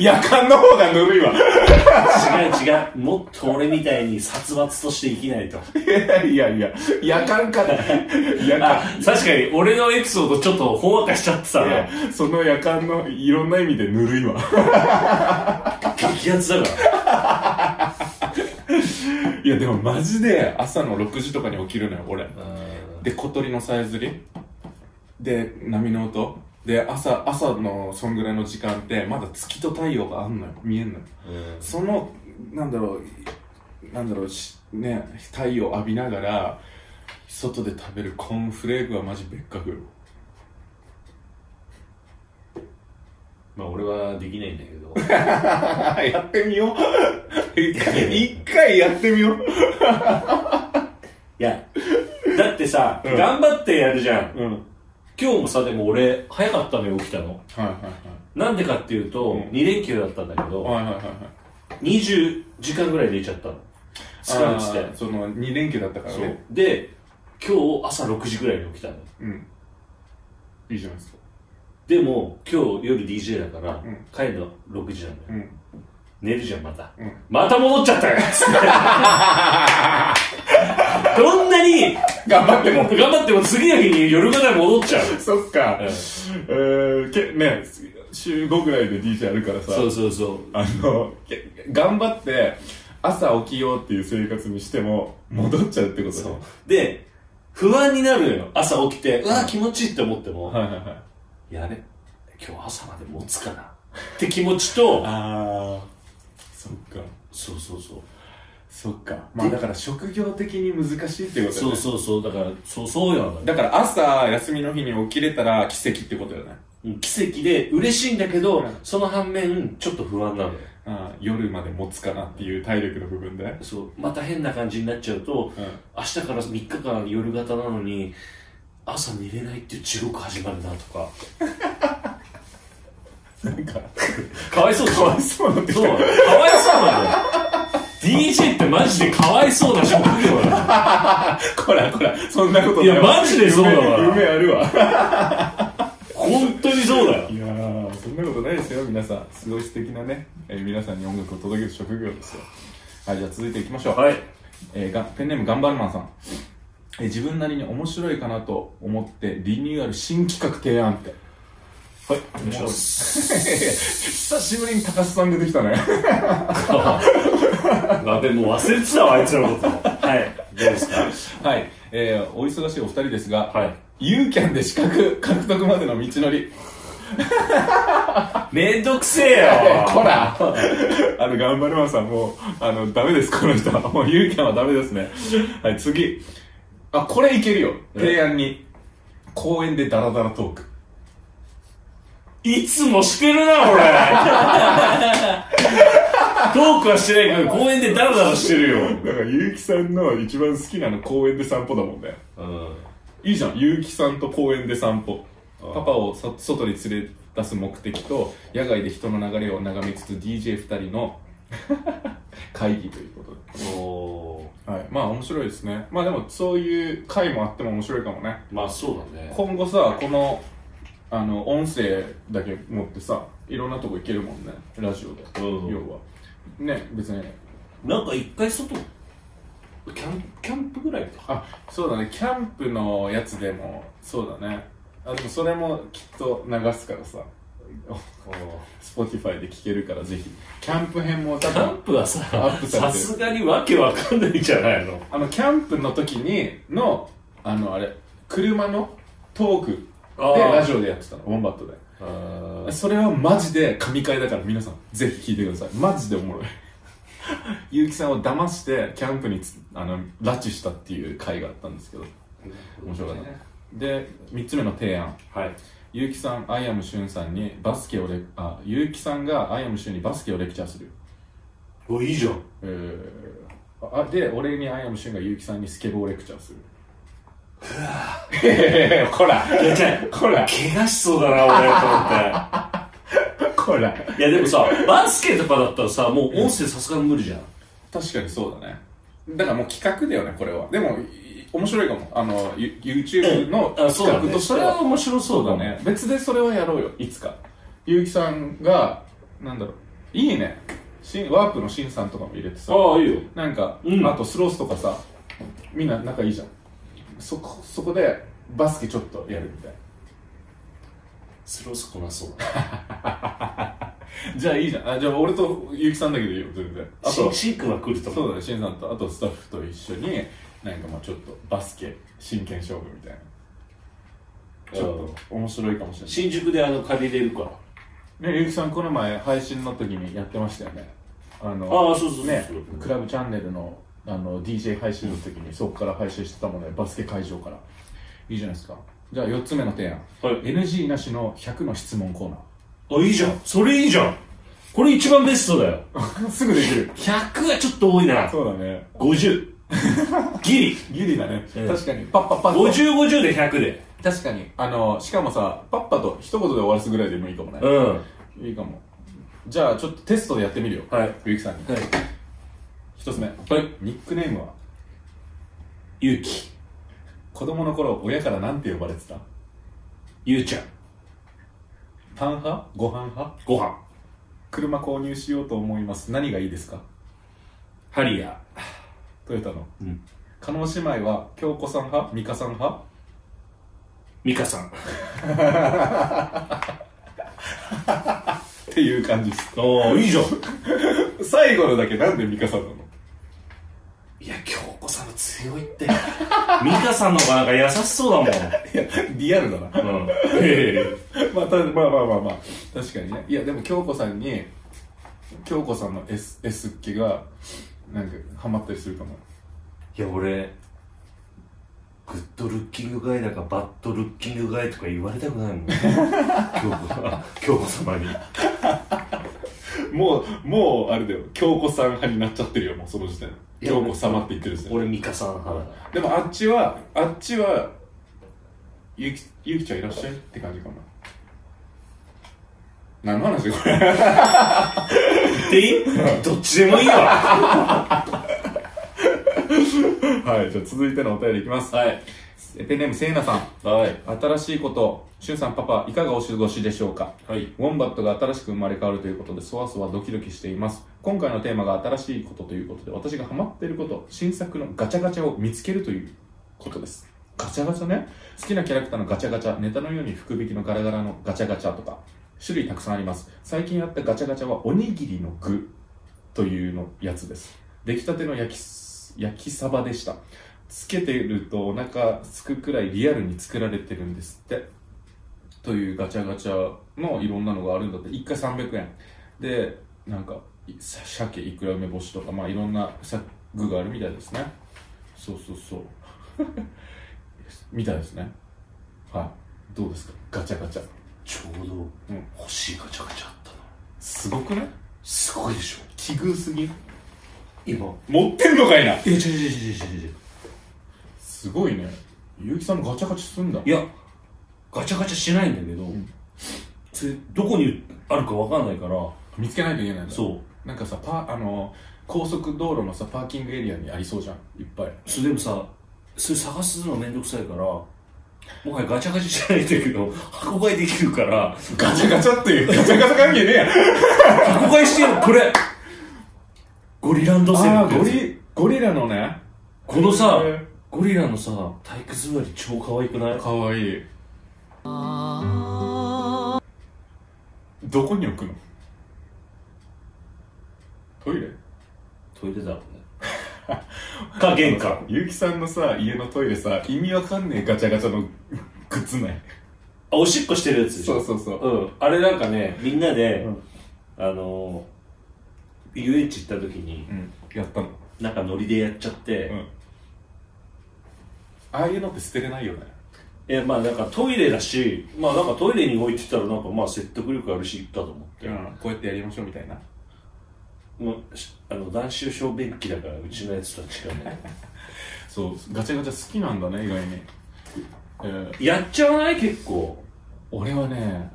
夜間の方がぬるいわ
違う違うもっと俺みたいに殺伐として生きないと
いやいや夜間か夜
あ
間、
確かに俺のエピソードちょっとほんわかしちゃってた
い
な
や。その夜間のいろんな意味でぬるいわ
激アツだから。
いやでもマジで朝の6時とかに起きるのよ俺で小鳥のさえずりで波の音で朝朝のそんぐらいの時間ってまだ月と太陽があんのよ見えんのよそのなんだろうなんだろうしね太陽浴びながら外で食べるコーンフレークはマジ別格よ
まあ俺はできないんだけど。
あやってみよう 一回一回やってみよう
いや、だってさ、頑張ってやるじゃん。
うん
今日もさ、でも俺、早かったのよ、起きたの。
はいはい
なんでかっていうと、
うん
2連休だったんだけど、
はいはいはいはいはい
20時間ぐらい寝ちゃったの。
あ
疲れて
ー
て。
その2連休だったから
そう
ね。
で、今日朝6時ぐらいに起きたの。
うんいいじゃないですか
でも、今日夜 DJ だから
ん、
帰るの6時なん
う
だよ。
ん
寝るじゃんまた、
うん
また戻っちゃったよつ ってどんなに
頑張っても
頑張っても次の日に夜まで戻っちゃう
そっか、
う
え
ん
ーけね週5ぐらいで DJ あるからさ
そうそうそう
あのけ頑張って朝起きようっていう生活にしても戻っちゃうってことね
で不安になるのよ朝起きてうわ気持ちいいって思っても、
はいはいはい
やれ今日朝まで持つかなって気持ちと
ああそっか
そうそうそう
そっかまあだから職業的に難しいってことだよね
そうそうそうだからそうそうよ
だから朝休みの日に起きれたら奇跡ってことだよね
うん奇跡で嬉しいんだけど、
うん
その反面ちょっと不安なのよ
あー夜まで持つかなっていう体力の部分で
そうまた変な感じになっちゃうと、
うん
明日から3日間夜型なのに朝寝れないっていう地獄始まるなとか
なんか
かわいそうでし
かわ
ょ
いそうになってき
そう
た
かわいそうなのよ DJ ってマジでかわいそうな職業だよ
こらこらそんなことない
いやマジでそうだわ
夢夢あるわ
本当にそうだよ
いやーそんなことないですよ皆さんすごい素敵なね、えー皆さんに音楽を届ける職業ですよはい、じゃあ続いていきましょう。
はい。
えーがペンネームガンバルマンさん。えー自分なりに面白いかなと思ってリニューアル新企画提案って。はい、お願い
します
久しぶりに高須さん出てきたね。
あ、でも忘れてたわ、あいつのこと。はい。どうですか
はい、えーお忙しいお二人ですが、
はい。
ユーキャンで資格獲得までの道のり。
めんどくせえよ
こらあの、頑張りますさん、もう、あの、ダメです、この人 は。もう、ゆうきゃんはダメですね。はい、次。あ、これいけるよ。提案に。公園でダラダラトーク。
いつもしてるな、 俺。トークはしてないけど、公園でダラダラしてるよ。
だから、ゆうきさんの一番好きなの公園で散歩だもんね。
うん。
いいじゃん、ゆうきさんと公園で散歩。パパをそ外に連れ出す目的と、野外で人の流れを眺めつつ、DJ2 人 の会議ということで。
おー
はい、まあ面白いですねまあでもそういう回もあっても面白いかもね
まあそうだね。
今後さこのあの音声だけ持ってさいろんなとこ行けるもんねラジオで、
うん
要はね別に
なんか一回外、キャンキャンプぐらいか。
あそうだねキャンプのやつでもそうだねあでもそれもきっと流すからさ Spotify で聴けるからぜひキャンプ編も多
キャン
分
プはさ
ップ、されて
さ
る
すがにわけわかんないじゃないの。
あのキャンプの時にのあのあれ車のトーク
あ
で
ー
ラジオでやってたのウォンバットで
あ
それはマジで神回だから皆さんぜひ聞いてくださいマジでおもろい結城さんを騙してキャンプにつあの拉致したっていう回があったんですけど面白かった、で3つ目の提案
はい。
結城さんアイアムシュンさんにバスケをレあ結城さんがアイアムシュンにバスケをレクチャーする
お、いいじゃん。
えー、あで俺にアイアムシュンが結城さんにスケボーをレクチャーするへへへ こら
いや、じゃあ
こら
怪我しそうだな、俺、と思っ
こら
て。いや、でもさ、バスケとかだったらさ、もう音声さすがに無理じゃん。
確かにそうだねだからもう企画だよねこれはでもい面白いかもあのゆ YouTube の
あ、
企
そうだ
画
ね。
として
それは
は
面白そうだね。
別でそれはやろうよいつか結城さんがなんだろういいねしワープのしんさんとかも入れてさ
ああ、いいよ。
なんか、
うん
あとスロースとかさみんな仲いいじゃんそこそこでバスケちょっとやるみたい
スロースこなそうだ
なじゃあいいじゃんあじゃあ俺と結城さんだけでいいよ全然あと
な。シンシンクは来ると
そ
思
う
う。
だね、しんさんと、あとスタッフと一緒に、なんかまあちょっとバスケ、真剣勝負みたいな。ちょっと面白いかもしれ
新宿であの、借りれるから。
ない。ね、ゆうきさん、この前配信の時にやってましたよね。あの、
ああ、そうそうそうそう。
ね、クラブチャンネルのあの DJ 配信の時にそこから配信してたもんね、バスケ会場から。いいじゃないですか。じゃあ4つ目の提案。
はい
NG なしの100の質問コーナ
あ、いいじゃん。それいいじゃん。これ一番ベストだよ。
ー。すぐできる。
100はちょっと多いな。
そうだね。
50。ギリ。
ギリだね。
うん
確かに。パッパッパッと。
50、50で100で。
確かにあのしかもさパッパと一言で終わらすぐらいでもいいかもね
う、ん。
いいかもじゃあちょっとテストでやってみるよ
はい
ゆうきさんに
はい。
一つ目ニックネームは
ゆうき。
子供の頃親からなんて呼ばれてた
ゆうちゃん。
パン派ご飯派
ご飯。
車購入しようと思います何がいいですか
ハリアー。
トヨタの
うん。
加納姉妹は京子さん派美香さん派
ミカさん。
っていう感じです
おー、いいじゃん。
最後のだけなんで美香さんなの
いや、京子さんの強いって。ミカさんの方がなんか優しそうだ
いやリアルだな
もん。うん。へえ。
まあ、たまあまあまあまあ確かにねいやでも京子さんに京子さんの S, S っ気がなんかハマったりするかも
いや、俺、グッドルッキングガイだか、バッドルッキングガイとか言われたくないもん。 京子、京子様に。
もうもうあれだよ京子さん派になっちゃってるよもうその時点
いや
京子様って言ってるんですよ
俺、ミカさん派だ。
でもあっちはあっちはゆきゆきちゃんいらっしゃいって感じかな何の話これ
言ってい いどっちでもいいわ。
はいじゃあ続いてのお便りいきます、
はい。
えペンネームせいなさん
はい。
新しいことしゅんさんパパいかがお過ごしでしょうか
はい。
ウォンバットが新しく生まれ変わるということで、そわそわドキドキしています。今回のテーマが新しいことということで私がハマっていること新作のガチャガチャを見つけるということですガチャガチャね好きなキャラクターのガチャガチャネタのように福引きのガラガラのガチャガチャとか種類たくさんあります最近やったガチャガチャはおにぎりの具というのやつです出来たての焼きす焼きサバでしたつけてるとお腹すくくらいリアルに作られてるんですってというガチャガチャのいろんなのがあるんだって1回300円でなんかいさ鮭いくら梅干しとかまあいろんなさ具があるみたいですねそうそうそう みたいですねはいどうですかガチャガチャ
ちょうど
うん
欲しいガチャガチャあったな
すごくね
すごいでしょ
奇遇すぎ
今
持ってんのかいな
え違う違う違う違う違う
すごいね結城さんもガチャガチャすんだ
いやガチャガチャしないんだけど、それどこにあるかわかんないから
見つけないといけないんだ
そう
なんかさパあの高速道路のさパーキングエリアにありそうじゃんいっぱいう
それでもさそれ探すのめんどくさいからもはやガチャガチャしないんだけど箱買いできるから
ガチャガチャっていうガチャガチャ関係ねえや
箱買いしてるこれゴリランドセル
あ
っ
あ
てや
ゴ
つ
リゴリラのね
このさ
へえ
ゴリラのさ体育座り超可愛くない
かわいいどこに置くのトイレ
トイレだろうねか玄関
結城さんのさ家のトイレさ意味わかんねえガチャガチャの靴ない
あおしっこしてるやつでしょ
そうそうそう
うん、あれなんかねみんなで、
うん
あのー遊園地行った時に
うんやったの
なんかノリでやっちゃって、
うんああいうのって捨てれないよね
えまあなんかトイレだしまあなんかトイレに置いてたらなんかまあ説得力あるし行ったと思って、
こうやってやりましょうみたいな
もうしあの男子小便器だからうちのやつとは違うん だけど
そうガチャガチャ好きなんだね意外に、えー
やっちゃわない結構
俺はね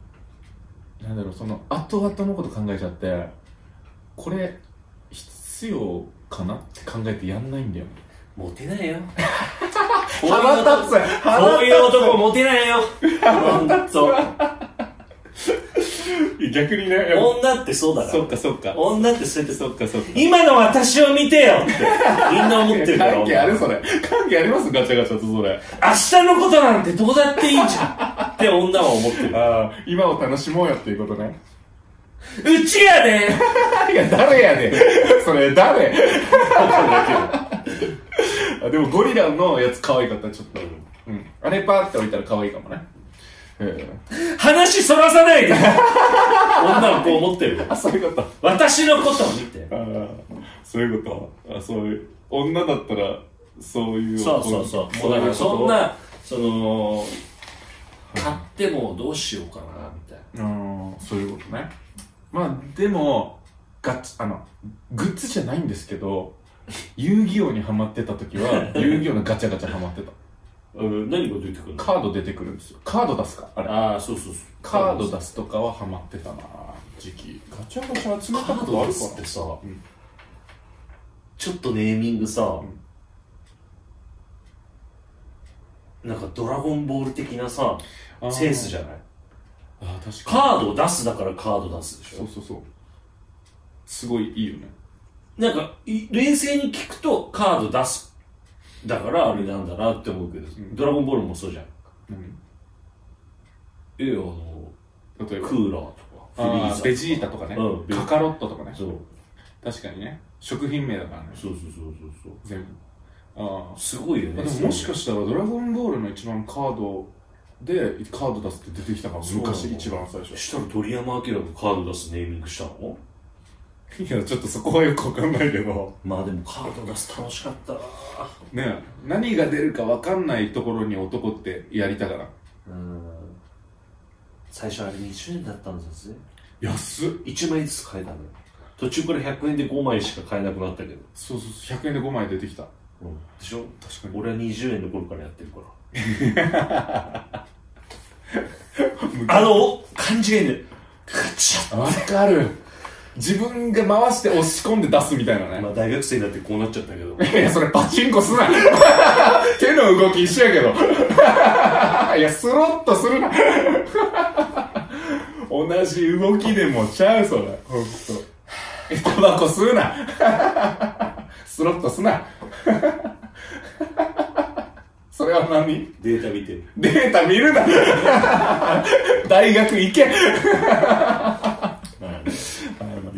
なんだろうその後々のこと考えちゃってこれ必要かなって考えてやんないんだよ
モテない よこういう
腹
男
立つ
こういう男
も
モテないよ女っ
逆にねやっぱ
女ってそうだか
そ
ら
っかそっか
女ってそうやって
そっかそっか
今の私を見てよってみんな思ってるから
関係あるそれ関係ありますガチャガチャとそれ
明日のことなんてどうだっていいじゃんって女は思ってる。
ああ今を楽しもうよっていうことね
うちやで
いや誰やねんそれ 誰あでもゴリラのやつ可愛かったちょっと、うん、あれパーって置いたら可愛いかもねええ
話そらさないで女はこう思ってる。
あそういうこと
私のことを見て。
ああそういうことあそういう女だったらそういう
そうそうそう。もうだからそんな、その、買ってもどうしようかな、みたい
あ
な。
そういうことねまあでもガチあのグッズじゃないんですけど遊戯王にハマってた時 は遊戯王のガチャガチャハマってた
うん、何が出てくるの
カード出てくるんですよカード出すかあれ
ああ、そうそうそう。
カード出すとかはハマってたな時期ガチャガチャ集め
カ
た
ー
こと
ド
ある
出
か
すってさ、
ん
ちょっとネーミングさ、なんかドラゴンボール的なさ、
な
センスじゃない
あーあー確か
カードを出すだからカード出すでし
にそ
ょ
うそうそうすごいいいよね
なんか、い冷静に聞くとカード出す。だからあれなんだなって思うけど、ドラゴンボールもそうじゃん。
うん
ええあの、
例えば
クーラーとか、フリーザ
あ
ー
ーベジータとかね、
うんベジ
カカロットとかね
そう。
確かにね食品名だからね
そうそうそうそうそう。
全部あ
すごいよ
あ
ね。
でももしかしたら「ドラゴンボール」の一番カードでカード出すって出てきたから
そう
昔一番最
そ
初
したら鳥山明がカード出すネーミングしたの
いやちょっとそこはよくわかんないけど
まあでもカード出す楽しかったな
ねえ何が出るかわかんないところに男ってやりたから
うん最初あれ20円だったんですね
安っ
1枚ずつ買えたのよ途中から100円で5枚しか買えなくなったけど、
そうそうそう100円で5枚出てきた
うん、でしょ
確かに
俺は20円の頃からやってるから あの感じがいいねガチャ
わかる自分が回して押し込んで出すみたいなね
まあ大学生になってこうなっちゃった けど
いや、それパチンコすな。手の動き一緒やけど。 いや、スロットするな。同じ動きでもちゃう、それ。ほんと。タバコ吸うなスロットすなそれは何
データ見てる。
データ見るな大学行け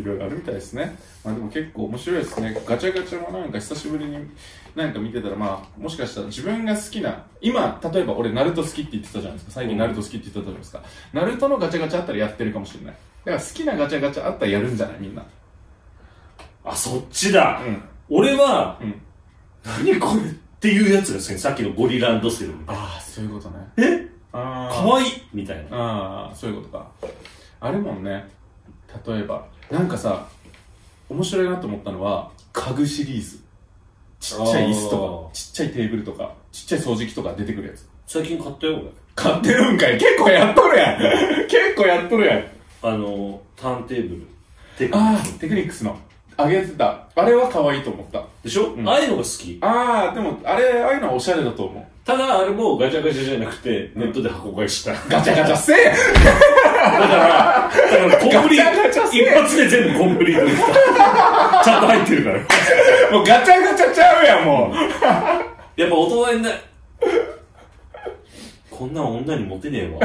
いろいろあるみたいですね。まあでも結構面白いですね。ガチャガチャもなんか久しぶりになんか見てたら、まあもしかしたら自分が好きな、今、例えば俺ナルト好きって言ってたじゃないですか。最近ナルト好きって言ってたじゃないですか。ナルトのガチャガチャあったらやってるかもしれない。だから好きなガチャガチャあったらやるんじゃないみんな。
あ、そっちだ。
うん
俺は、
うん
何これっていうやつが好き。さっきのゴリランドセルみたい
ああ、そういうことね。
な。え
あ
かわいいみたいな。
ああそういうことかあれもんね例えばなんかさ面白いなと思ったのは家具シリーズちっちゃい椅子とか
あー
ちっちゃいテーブルとかちっちゃい掃除機とか出てくるやつ
最近買ったよ、俺。
買ってるんかい結構やっとるやん 結構やっとるやん
あの、ターンテーブル。テクニ
あ
ッ
あテクニックスのあげてたあれは可愛いと思った
クでしょ、
ん
ああいうのが好き。
ああでもあれああいうのはおしゃれだと思う
ただ、あれもガチャガチャじゃなくて、ネットで箱買いした。
ガチャガチャせえ
だから、コンプリ
ガチャガチャ
ート、
せえ
一発で全部コンプリートできた。ちゃんと入ってるから。
もうガチャガチャちゃうやんもう
やっぱ大人になる。こんなん女にモテねえわ。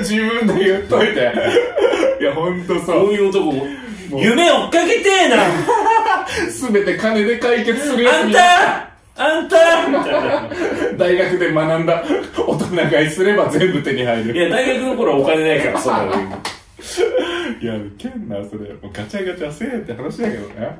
自分で言っといていやほんとそう
こういう男も、夢追っかけてえな
すべて金で解決するや
あ
つ
ん
に
たあんたみたい
大学で学ん だ大人買いすれば全部手に入る
な。いや、大学の頃はお金ないから、そうだね。
いやウケんなそれもうガチャガチャせえって話だけどね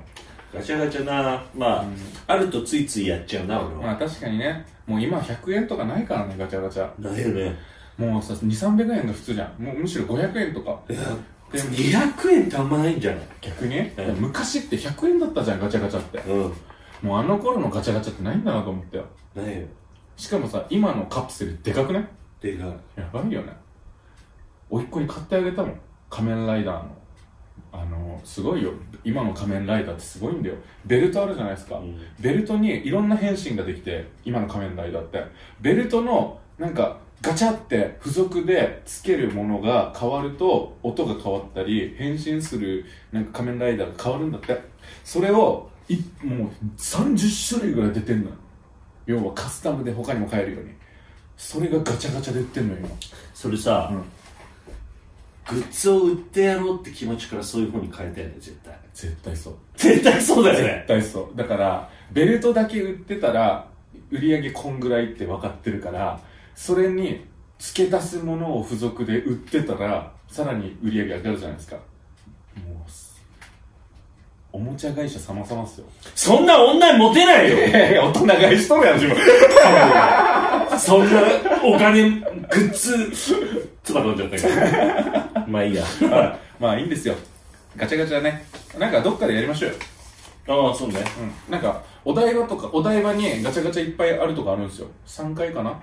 ガチャガチャな、まあ、あるとついついやっちゃうな、俺
ま
は。
あ確かにねもう今100円とかないからねガチャガチャ
だよね。
もうさ2300円が普通じゃんもうむしろ500円とかでも
200円ってあんまないんじゃない
逆に、昔って100円だったじゃんガチャガチャって
うん。
もうあの頃のガチャガチャってないんだなと思ったよ
ないよ。
しかもさ今のカプセルでかくない
でかい。
やばいよね甥っ子に買ってあげたもん仮面ライダーのあのすごいよ今の仮面ライダーってすごいんだよベルトあるじゃないですか、
ん
ベルトにいろんな変身ができて今の仮面ライダーってベルトのなんかガチャって付属でつけるものが変わると音が変わったり変身するなんか仮面ライダーが変わるんだってそれをいもう30種類ぐらい出てんのよ要はカスタムで他にも買えるようにそれがガチャガチャで売ってんのよ今
それさ、
うん
グッズを売ってやろうって気持ちからそういう方に変えたよね、絶対。
絶対そう
絶対そうだよね
絶。対そうだからベルトだけ売ってたら売り上げこんぐらいって分かってるからそれに付け足すものを付属で売ってたらさらに売り上げ上がるじゃないですかもうすおもちゃ会社様々っすよ
そんな女にモテないよ
大人買いしとるやん自分
そんなお金、グッズ、つば飲んじゃったけど。 まあいいや。
まあいいんですよガチャガチャねなんかどっかでやりましょうよ
ああ、そうね。
うん、なんかお台場とかお台場にガチャガチャいっぱいあるとかあるんですよ3階かな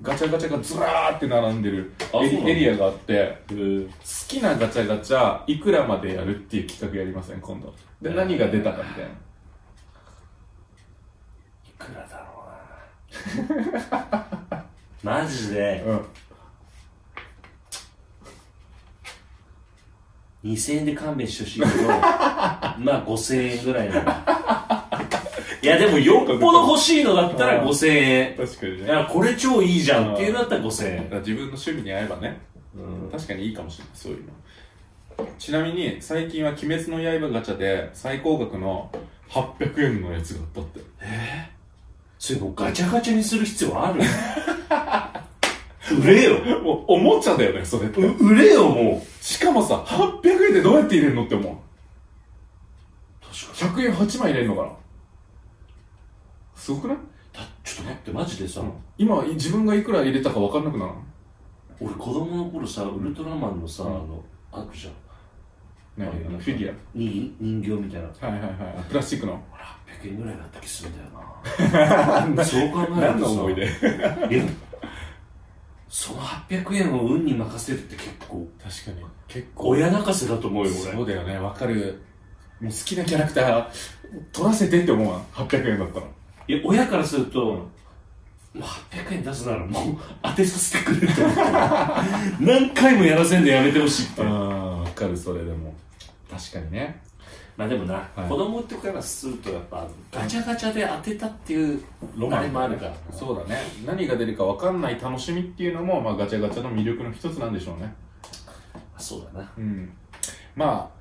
ガチャガチャがずらーって並んでる
あ
エ
そうなんだ
リエリアがあって
うー
好きなガチャガチャいくらまでやるっていう企画やりません今度で何が出たかみたいない
くらだろうな。マジで、
うん
2000円で勘弁してほしいけ ど、まあ5000円ぐらいなの。いやでもよっぽど欲しいのだったら5000円。
確かに
い
ねだか
や、これ超いいじゃんっていうのだったら5000円。
ら自分の趣味に合えばね、確かにいいかもしれないそういうのちなみに最近は「鬼滅の刃」ガチャで最高額の800円のやつがあったって
それもうガチャガチャにする必 要ある売れよ。
もうおもちゃだよねそれって
う売れよ、も
しかもさ800円でどうやって入れるのって思う
う。確か
100円8枚入れるのかなすごくない
に。だちょっと待って、マジでさ、
今い自分がいくら入れたか分かんなくなる
俺子供の頃さ、ウルトラマンのさ、あの、あるじゃん。
ね
あの
フィギュ
に人形みたいな。
アはいはいはいプラスチックの
100円ぐらいだった気するんだよ なそう考えるとさ
何の思い出
いやその800円を運に任せるって結構
確かに結構
親泣かせだと思うよ
そうだよね分かるもう好きなキャラクター取らせてって思うわ800円だったら
俺いや親からすると、もう800円出すならもう当てさせてくれって思ってる何回もやらせんでやめてほしいって
ああ分かるそれでも確かにね
まあでもな、
はい
子供ってからするとやっぱガチャガチャで当てたっていうロマンもあるから
そうだね何が出るか分かんない楽しみっていうのも、まあ、ガチャガチャの魅力の一つなんでしょうね
そうだな
うんまあ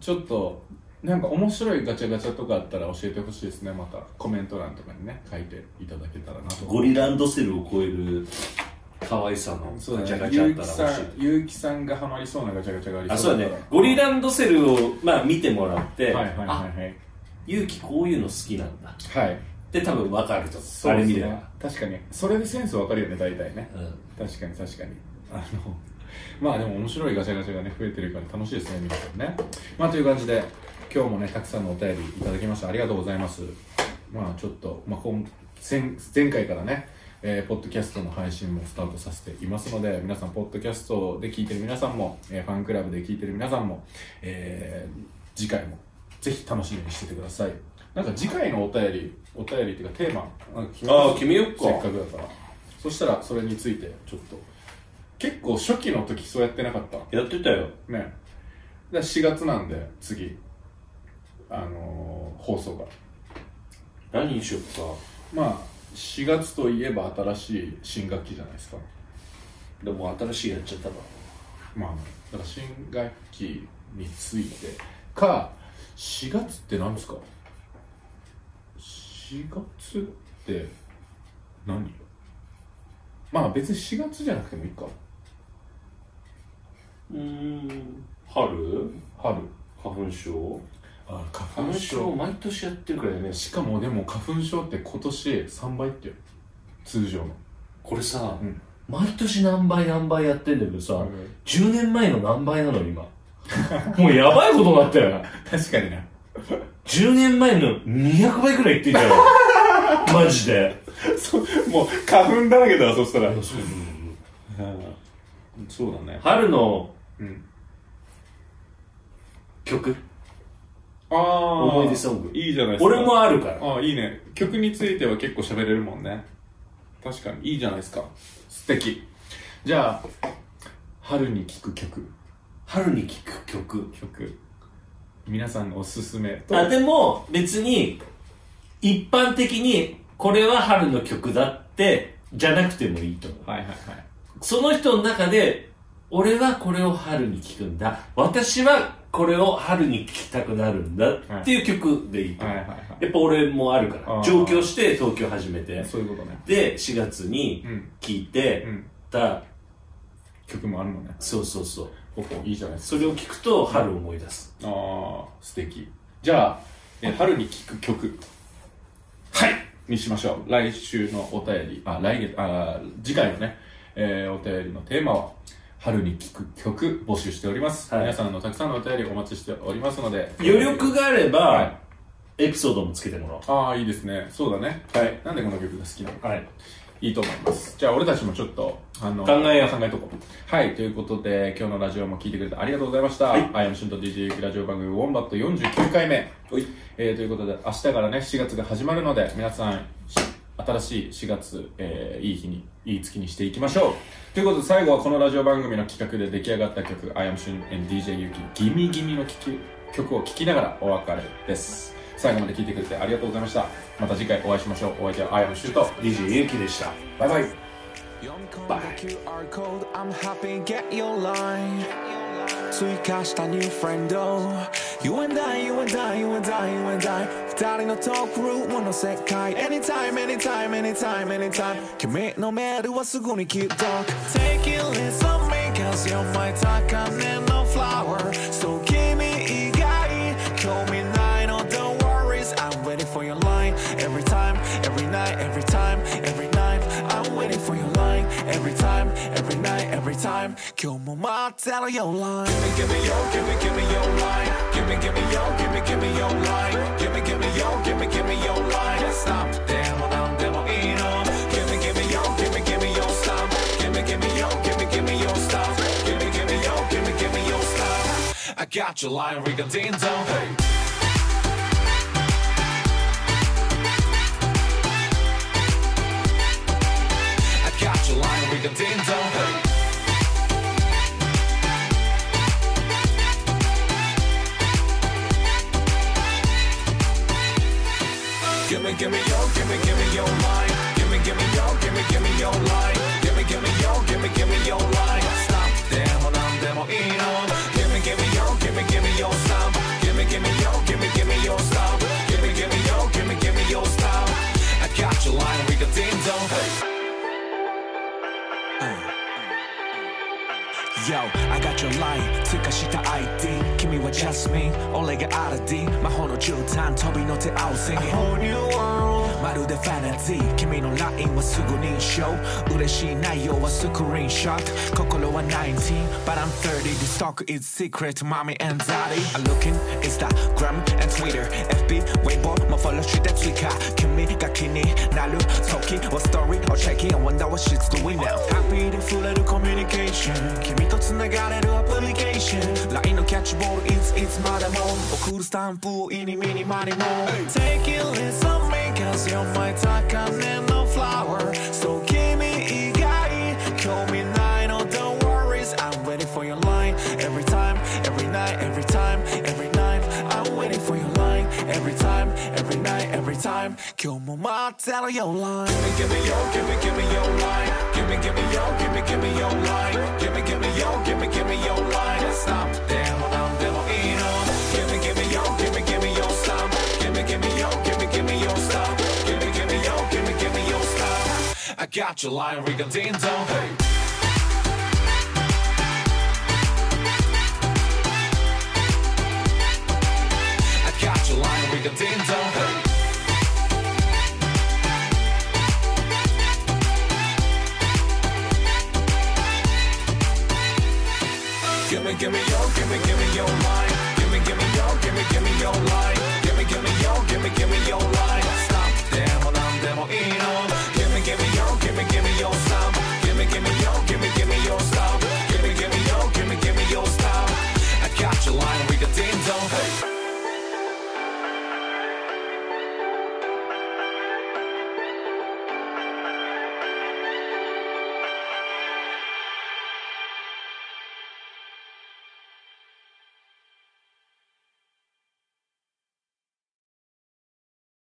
ちょっとなんか面白いガチャガチャとかあったら教えてほしいですねまたコメント欄とかにね書いていただけたらなと
ゴリランドセルを超える可愛さの
そう
ガチ
だね
ャガチャあ
ゆ
っ
う
た
き
ら
さ
欲しい
んゆうきさんがハマりそうなガチャガチャがあり
あ
そ
そうう
だ
だ
から
ねゴリランドセルを、まあ、見てもらって、
はいはい
あ
はいはい
勇気こういうの好きなんだ
はい
で多分分かると
そう
あれ
です
見れば、
ね確かにそれでセンスわかるよね大体ね
うん、
確かに確かにあのまあでも面白いガチャガチャがね増えてるから楽しいですね皆さんねまあという感じで今日もねたくさんのお便りいただきましたありがとうございますまあちょっと、まあ、今前前回からねえーポッドキャストの配信もスタートさせていますので皆さんポッドキャストで聞いてる皆さんも、えーファンクラブで聞いてる皆さんも、えー次回もぜひ楽しみにしててくださいなんか次回のお便りお便りっていうかテーマなんか決めます
あー決めよっか
せっかくだからそしたらそれについてちょっと結構初期の時そうやってなかったね
やってたよ
だから4月なんで次あのー放送が
何にしよっか
まあ4月といえば新しい新学期じゃないですか
でも新しいやっちゃったから
まあだから新学期についてか4月って何ですか4月って何まあ別に4月じゃなくてもいいか
うーん春
春
花粉症
あ
花粉症毎年やってるからやめよう
しかもでも花粉症って今年3倍ってよ通常の
これさ、
うん
毎年何倍何倍やってんだけどさ、
ん
10年前の何倍なの 今もうやばいことになったよな
確かにね
10年前の200倍くらいいってんじゃ んマジで
もう花粉だらけだわそしたら
そう
そうだね
春の
うん
曲
ああ
思い出ソング
いいじゃないですか
俺もあるから
ああいいね曲については結構喋れるもんね確かにいいじゃないですか素敵じゃあ春に聴く曲
春に聴く曲
曲皆さんのおすすめと
あでも別に一般的にこれは春の曲だってじゃなくてもいいと思う
はいはいはい
その人の中で俺はこれを春に聴くんだ私はこれを春に聴きたくなるんだっていう曲でいいと思
は
う
いはいはい
やっぱ俺もあるから
あー
上京して東京始めて
そういうことね
で4月に
うん
聴いうて
ん
た
曲もあるもんね
そうそうそう
ここいいじゃないですか
それを聴くと春を思い出す
ああ素敵じゃあえ春に聴く曲はいにしましょう来週のお便りあ来月あ次回のね、えーお便りのテーマは春に聴く曲募集しております、
はい
皆さんのたくさんのお便りお待ちしておりますので
余力があれば
は
エピソードもつけてもらおう
ああいいですねそうだねはいなんでこの曲が好きなのか
はい。
いいと思いますじゃあ俺たちもちょっとあの
考えよう
考えとこうはいということで今日のラジオも聞いてくれてありがとうございました、アイアムシュンと DJ ゆきラジオ番組ウォンバット49回目えーということで明日からね4月が始まるので皆さんし新しい4月、えーいい日にいい月にしていきましょうということで最後はこのラジオ番組の企画で出来上がった曲「I am Shun and DJ ゆきギミギミの聴き曲を聴きながらお別れです最後まで聴いてくれてありがとうございましたまた次回お会いしましょうお相手は I am Shun と
DJ ゆうきでした。
バイバイ
Yum come the QR code, I'm happy, get your line. 追加した new friend oh You and I, you and I, you and I, you and I 二人のトークルームの世界 Anytime, anytime, anytime, anytime 君のメールはすぐに keep talk Take it, listen me, cause you're my 高嶺の flower So 君以外興味ないの oh, Don't worries, I'm waiting for your line Every time, every night, every time, every night I'm waiting for your line Every time, every night, every time 今日も待ってるよ line Give me, give me your, give me, give me your line Give me, give me your, give me, give me your line Give me, give me your, give me, give me your line Stop でもなんでもいいの Give me, give me your, give me, give me your stop Give me, give me your, give me, give me your stop Give me, give me your, give me, give me your stop I got your line, ring a ding dong Hey I got your line, we can ding dong. Hey. I we got ding dong. Uh. Yo, I got your line 通過した ID 君は Just me 俺が RD 魔法の絨毯飛び乗って青線 whole new world まるでファナティー君の LINE はすぐ認証嬉しい内容はスクリーンショット心は19 But I'm 30 This talk is secret Mommy and daddy I'm looking is that Gram and Twitter FB ウェイボーもフォローして追加君が気になる時はストーリーをチェック I wonder what shit's doing now ハッピーで触れるコミュニケーション君と繋がれるアプリケーション LINE のキャッチボールいついつまでも送るスタンプを意にミニマニも Take it listen me cause you're my 高嶺の flower So 君以外興味ないの oh, Don't worries I'm waiting for your line Every time, every night, every time, every night I'm waiting for your line Every time, every night, every time 今日も待ってるよ line Give me, give me your, give me, give me your line Give me, give me your, give me, give me your line Give me, give me your, give me, give me your line Stop them, I'm them, you know Give me, give me your, give me, give me your stop Give me, give me your, give me, give me your stop Give me, give me your, give me, give me your stop I got your line, we got ding dong, hey I got your line, we got ding dong, hey. Give me, give me your, give me, give me your line. Give me, give me your, give me, give me your line. Give me, give me your, give me, give me your line.